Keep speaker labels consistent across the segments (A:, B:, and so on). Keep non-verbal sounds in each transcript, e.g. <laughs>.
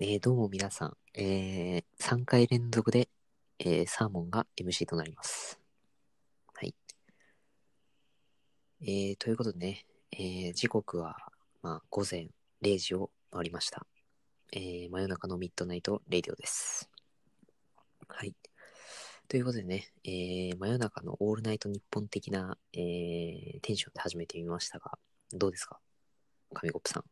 A: えーどうも皆さん、えー、3回連続で、えーサーモンが MC となります。はい。えーということでね、えー時刻は、まあ、午前0時を回りました。えー真夜中のミッドナイトレディオです。はい。ということでね、えー真夜中のオールナイト日本的な、えーテンションで始めてみましたが、どうですか神コップさん。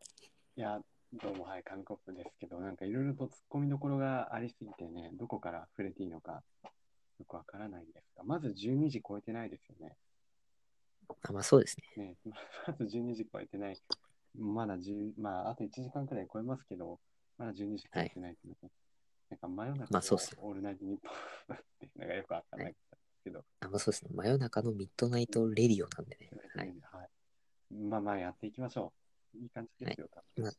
B: いや、どうも、はい、紙コップですけど、なんかいろいろと突っ込みどころがありすぎてね、どこから触れていいのかよくわからないんですが、まず12時超えてないですよね。
A: あまあそうですね。
B: ね <laughs> まず12時超えてない。まだ10、まああと1時間くらい超えますけど、まだ12時超えてないっていうのがなんか真夜中
A: まあ
B: の
A: そうっすね
B: オールナイトニッポン <laughs> っていうのがよくわからないけど、
A: あまあそうですね。真夜中のミッドナイトレディオなんでね。はい。
B: はい。まあまあやっていきましょう。いい感じですよ、多分
A: ま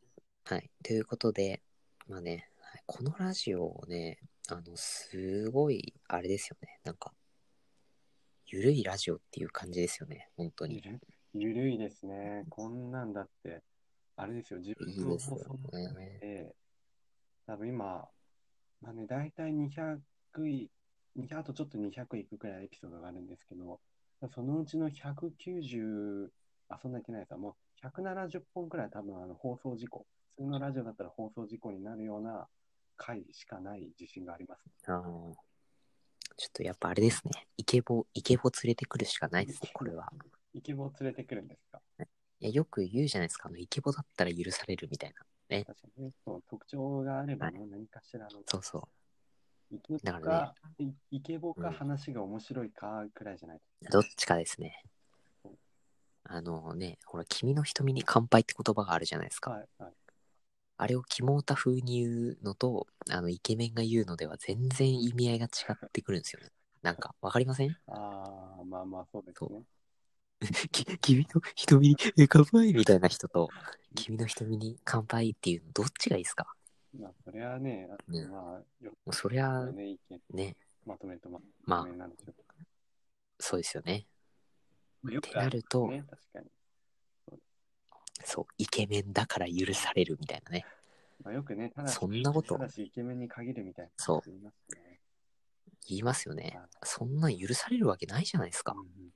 A: はい。ということで、まあね、はいこのラジオをね、あの、すごい、あれですよね。なんか、ゆるいラジオっていう感じですよね。本当
B: ゆ
A: に。
B: るゆるいですね。こんなんだって、あれですよ、自
A: いい
B: 分の
A: です
B: 放
A: よ
B: 送の
A: ね。
B: で、多分今、まあね、大体200い、200あとちょっと200いくくらいエピソードがあるんですけど、そのうちの190、あ、そんなにいけないですわもう170本くらい多分あの放送事故、普通のラジオだったら放送事故になるような回しかない自信があります。
A: あーちょっとやっぱあれですね。イケボ、イケボ連れてくるしかないですね、これは。。
B: イケボを連れてくるんですか
A: いやよく言うじゃないですか。あの、イケボだったら許されるみたいな。
B: 確かにね、そう特徴があればね、何かしらの。
A: そうそう。
B: イケボ
A: だから
B: か、いイケボか
A: うん
B: 話が面白いかくらいじゃない
A: ど
B: と
A: っちかですね。あのね、ほら、君の瞳に乾杯って言葉があるじゃないですか。
B: はいはい。
A: あれをキモータ風に言うのと、あの、イケメンが言うのでは全然意味合いが違ってくるんですよね。なんか、わかりません <laughs>
B: ああ、まあまあ、そうですね。
A: き君の瞳にえ乾杯みたいな人と、君の瞳に乾杯っていうの、どっちがいいですか
B: まあ、それはね、あ
A: ね
B: まあ、よ
A: もうそりゃ
B: く、ね、意見
A: ね、
B: まとめるとま
A: まあ
B: とめなんでしょうか。
A: そうですよね。
B: まあ、よ
A: ってなると、
B: ね、確かに。
A: そう、イケメンだから許されるみたいなね。
B: まあ、よくね、ただし、
A: そんなこと
B: ただし、イケメンに限るみたいな。
A: そう
B: 言いますね。
A: 言いますよね
B: はい。
A: そんなん許されるわけないじゃないですか
B: うん。うん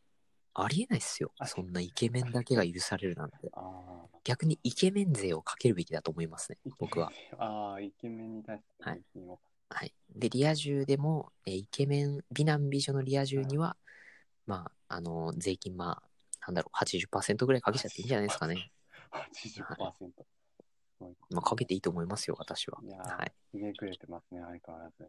A: ありえないっすよ。そんなイケメンだけが許されるなんて。
B: ああ、
A: 逆にイケメン勢をかけるべきだと思いますね、僕は。。
B: ああ、イケメンに対して、
A: はい
B: 意見を
A: はい。で、リア充でも、えーイケメン、美男美女のリア充には、まあ、あのー税金、まあ、なんだろう、80%ぐらいかけちゃっていいんじゃないですかね。
B: 80%。
A: は
B: すごい
A: まあ、かけていいと思いますよ、私は。
B: いやー
A: はい。
B: ひねくれてますね、相変わらず。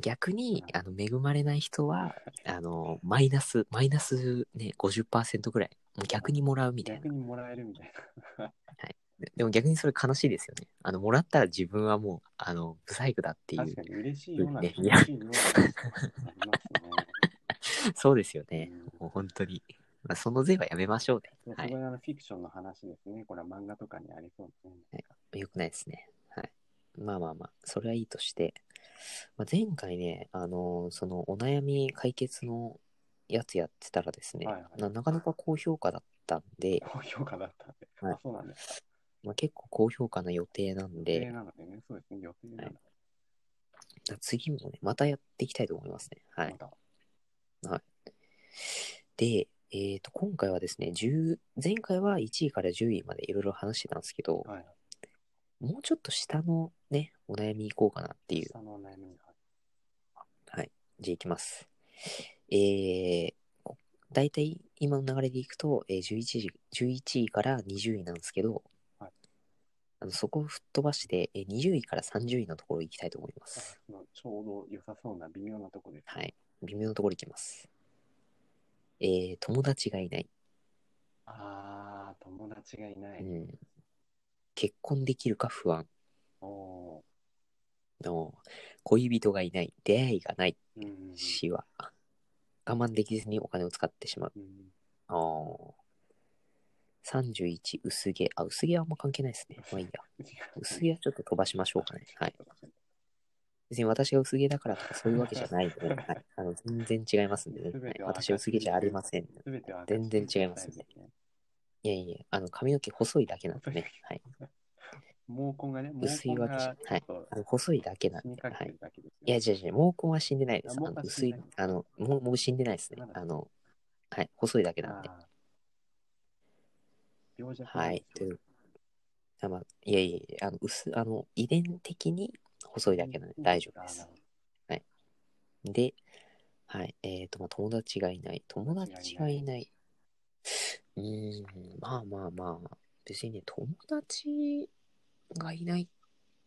A: 逆に、あの、恵まれない人は、あのーマイナス、マイナスね、50%ぐらい、もう逆にもらうみたい
B: 逆
A: な。
B: にもらえるみたいな。
A: ででも逆にそれ悲しいですよね。あの、もらったら自分はもう、あの、不細工だってい
B: 確
A: う
B: か。に嬉しいような、
A: ね
B: 嬉しいような、ありますね。 <laughs>
A: そうですよね。
B: うん
A: もう本当に。まあ、その税はやめましょうね。
B: ね
A: はい
B: そこがあのフィクションの話ですね。これは漫画とかにありそうですね。
A: よくないですね。はい。まあまあまあ、それはいいとして、まあ、前回ね、あのーそのお悩み解決のやつやってたらですね、
B: はいはい
A: ななかなか高評価だったんで、
B: 高評価だったんで。
A: はい
B: あそうなんですか。
A: まあ、結構高評価な予定なん
B: 予定
A: で、
B: なのでね、そうですね、予定なので。
A: 次もね、またやっていきたいと思いますね。はい。
B: また
A: で、えっ、と、今回はですね、10前回は1位から10位までいろいろ話してたんですけど、
B: はい
A: もうちょっと下のね、お悩みいこうかなっていう
B: 下のお悩みに入
A: じゃあいきます。えー、こ大体今の流れでいくと、えー、11, 時11位から20位なんですけど、
B: はい
A: あのそこを吹っ飛ばして、えー、20位から30位のところ行きたいと思いま
B: った
A: す。
B: あのちょうど良さそうな微妙なとこです。
A: はい。微妙なところ行きます。えー、友達がいない、
B: あー、友達がいな
A: う
B: い。
A: ん。結婚できるか不安
B: おー
A: の恋人がいない、出会いがない、
B: うんうんうん
A: 死は。我慢できずにお金を使ってしまう。
B: うん
A: あー31、薄毛。あ、薄毛はあんま関係ないですね。まあいいや。薄毛はちょっと飛ばしましょうかね。はい。別に私が薄毛だからとかそういうわけじゃないの
B: <laughs>
A: で、はい、あの全然違いますんでね。
B: 全
A: はい
B: ては
A: 私は薄毛じゃありません。い
B: 全ては
A: 全然違いますね
B: ね。
A: やいや、あの髪の毛細いだけなんでね。はい。
B: 毛根がね、
A: 薄
B: 毛
A: い
B: 根
A: わけじゃ
B: がちょっと
A: あの細いだけなん
B: 死に
A: で、
B: か
A: は
B: けて
A: い。
B: るだけです
A: い
B: よ
A: や、じゃじゃ毛根は死んでないです。
B: あ
A: あ
B: 毛根
A: の
B: は
A: 薄
B: 死ん
A: い
B: でない、
A: あの、もうもう死んでないですね
B: ま。だ
A: あの、はい、細いだけなんで。
B: ああ病弱な
A: はい
B: んで、す
A: と
B: よ
A: いう。あまあ、いやいやいや、あの、薄、あの、遺伝的に細いだけなんで大丈夫で。
B: あ
A: す
B: な。る
A: で、はい、えっ、と、まあ、友達がいない。友達がいない。うーん、まあまあまあ、別にね、友達がいないっ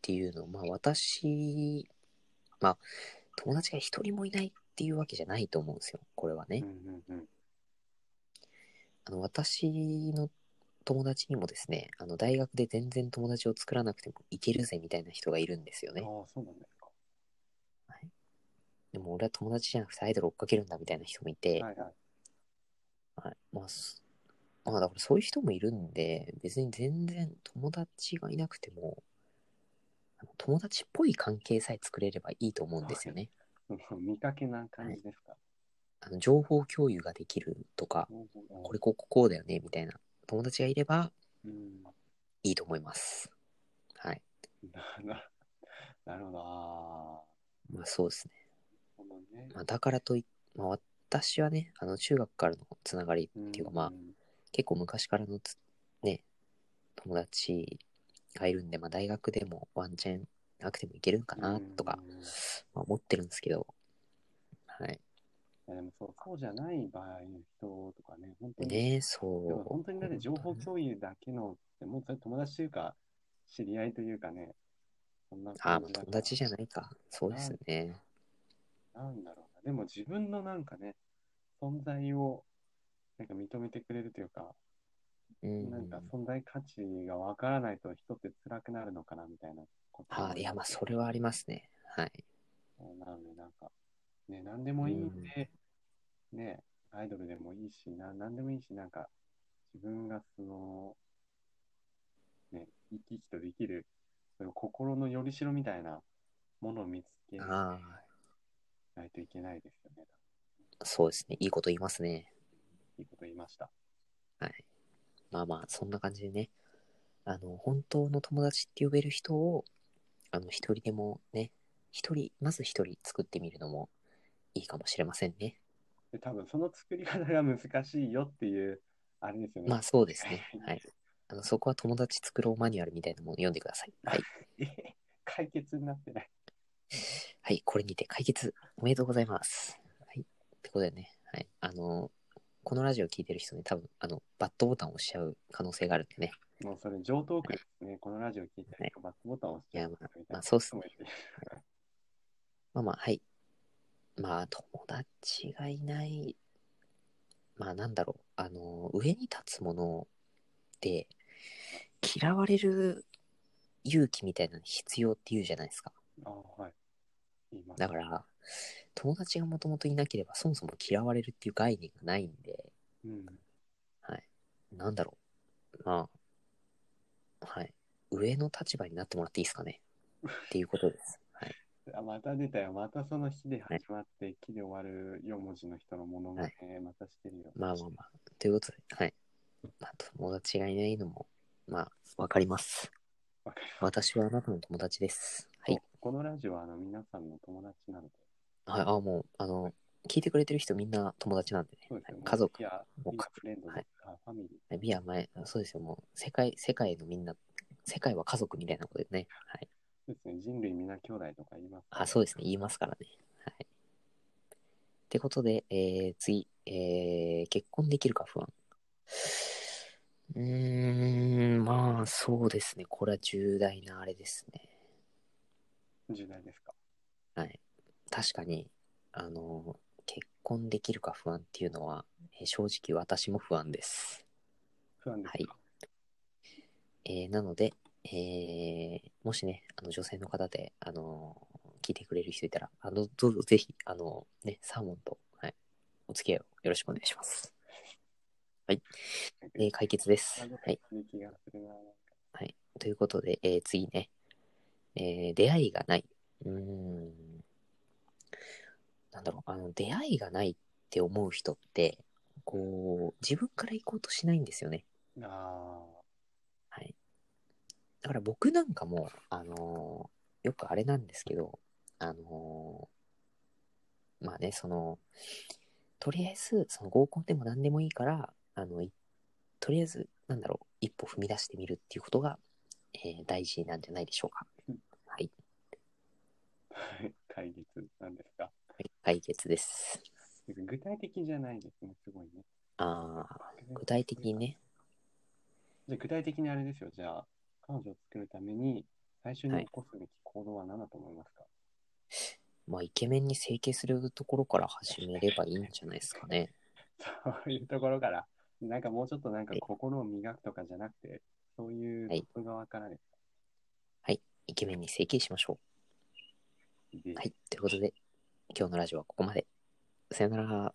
A: ていうのは、まあ私、まあ、友達が一人もいないっていうわけじゃないと思うんですよ、これはね
B: ほ。どうんうんうん
A: あの、私の友達にもですね、あの、大学で全然友達を作らなくてもいけるぜみたいな人がいるんですよね。
B: ああ、そうなんですか。
A: はい、でも俺は友達じゃなくてアイドル追っかけるんだみたいな人もいて、
B: はいはい。
A: はい、まあ、すまあだからそういう人もいるんで、別に全然友達がいなくても、あの友達っぽい関係さえ作れればいいと思うんですよね。
B: その見かけな感じですか。
A: あの情報共有ができるとか、
B: ほうほうほう
A: これこうこうこうだよねみたいな友達がいれば
B: うん。 <laughs>
A: いいと思います。はい。
B: なななるほど。ああ、
A: まあそうですね。
B: このね。
A: まあ、だからといまあ、私はね、あの中学からのつながり
B: うん
A: っていうか、まあ
B: ん
A: 結構昔からのつね、友達がいるんで、まあ大学でもワンチャンなくてもいけるんかなとか、
B: うんい
A: まあ、思ってるんですけど、はい。
B: やでもそうそうじゃない場合の人とかね、本当に。
A: ねえ、
B: でも
A: そう。
B: 本当にだって情報共有だけのって、もうそれ友達というか、知り合いというかね、そんな
A: ああ、
B: 感
A: まあ
B: じ
A: 友
B: だから
A: 達じゃないか。そうですね。
B: なんだろうな。でも自分のなんかね、存在をなんか認めてくれるというか、
A: うん。
B: なんか存在価値がわからないと人って辛くなるのかなみたいなこと
A: ああ、いや、まあそれはありますね。はい。
B: なので、なんか、ね、なんでもいいんで、ね、アイドルでもいいし、ななんでもいいし、なんか、自分がその、ね、生き生きとできる、そういう心のよりしろみたいなものを見つけな
A: ああ、
B: いといけないですよね。
A: そうですね。いいこと言いますね。
B: いいこと言いました。
A: はい。まあまあ、そんな感じでね、あの、本当の友達って呼べる人を、あの、一人でもね、一人、まず一人作ってみるのもいいかもしれませんね。
B: で、多分その作り方が難しいよっていう、あれですよね。
A: まあそうですね。はい。あの、そこは友達作ろうマニュアルみたいなものを読んでください。はい。
B: え <laughs> 解決になってない。
A: はい、これにて解決。おめでとうございます。はい。ってことでね、はい。あの、このラジオ聞いてる人ね、多分、あの、バットボタンを押しちゃう可能性があるんでね。
B: もうそれ、上等句ですね。このラジオ聞いた
A: は
B: ら、バックボタンを押しちゃうみたいな。
A: まあ、そうっすね。
B: 人もいる
A: まあまあ、はい。まあ、友達がいない。まあ、なんだろう。あの、上に立つもので、嫌われる勇気みたいなの必要って言うじゃないですか。
B: あはい。言います
A: だから、友達がもともといなければ、そもそも嫌われるっていう概念がないんで、
B: うん。
A: なんだろう。まあ、はい。上の立場になってもらっていいですかね。っていうことです。はい。
B: あまた出たよ。またその日で始まって、木で終わる4文字の人のものがね、またしてるよ。
A: まあまあまあ。ということで、はい。まあ、友達がいないのも、まあ、わかります。
B: わかり
A: 私はあなたの友達です。はい。
B: このラジオはあの皆さんの友達なので、
A: はい、あ、もう、あの、聞いてくれてる人みんな友達なんで
B: そう
A: ね
B: で。すよ
A: はい家族、
B: いや、
A: もう
B: いやフレンド
A: はい
B: で、あファミリー。
A: ビア前、そうですよ、もう、世界、世界のみんな、世界は家族みたいなことでね。はい。
B: そうですね。人類皆兄弟とか言います。
A: あ、そうですね、言いますからね。はい。ってことで、えー、次、えー、結婚できるか不安。うーん、まあ、そうですね。これは重大なあれですね。
B: 10代ですか。
A: はい。確かに、あの、結婚できるか不安っていうのは、えー正直私も不安です。
B: 不安ですか。
A: えーなので、えーもしね、あの女性の方で、あの聞いてくれる人いたら、あの、どうぞぜひ、あのね、サーモンと、はい、お付き合いをよろしくお願いします。はい。えー解決です。はい。
B: いい気がするな。
A: ということで、えー次ね、えー出会いがない。うーん。なんだろう、あの、出会いがないって思う人って、こう、自分から行こうとしないんですよね。
B: ああ、
A: はい。だから僕なんかも、あのーよくあれなんですけど、あのーまあね、その、とりあえず、その合コンでも何でもいいから、あの、いとりあえず、なんだろう、一歩踏み出してみるっていうことが、えー大事なんじゃないでしょうか。はい。
B: はい <laughs> 解決なんですか。
A: 解決です。
B: 具体的じゃないですね、すごいね。
A: ああ、具体的にね。
B: じゃあ具体的にあれですよ、じゃあ、彼女を作るために、最初に起こすべき行動は何だと思いますか、 <laughs>
A: まあ、イケメンに整形するところから始めればいいんじゃないですかね。
B: そういうところから、なんかもうちょっとなんか心を磨くとかじゃなくて、そういう
A: はい
B: 外側からです。
A: イケメンに整形しましょ
B: で
A: う。はい。ということで、今日のラジオはここまで。さよなら。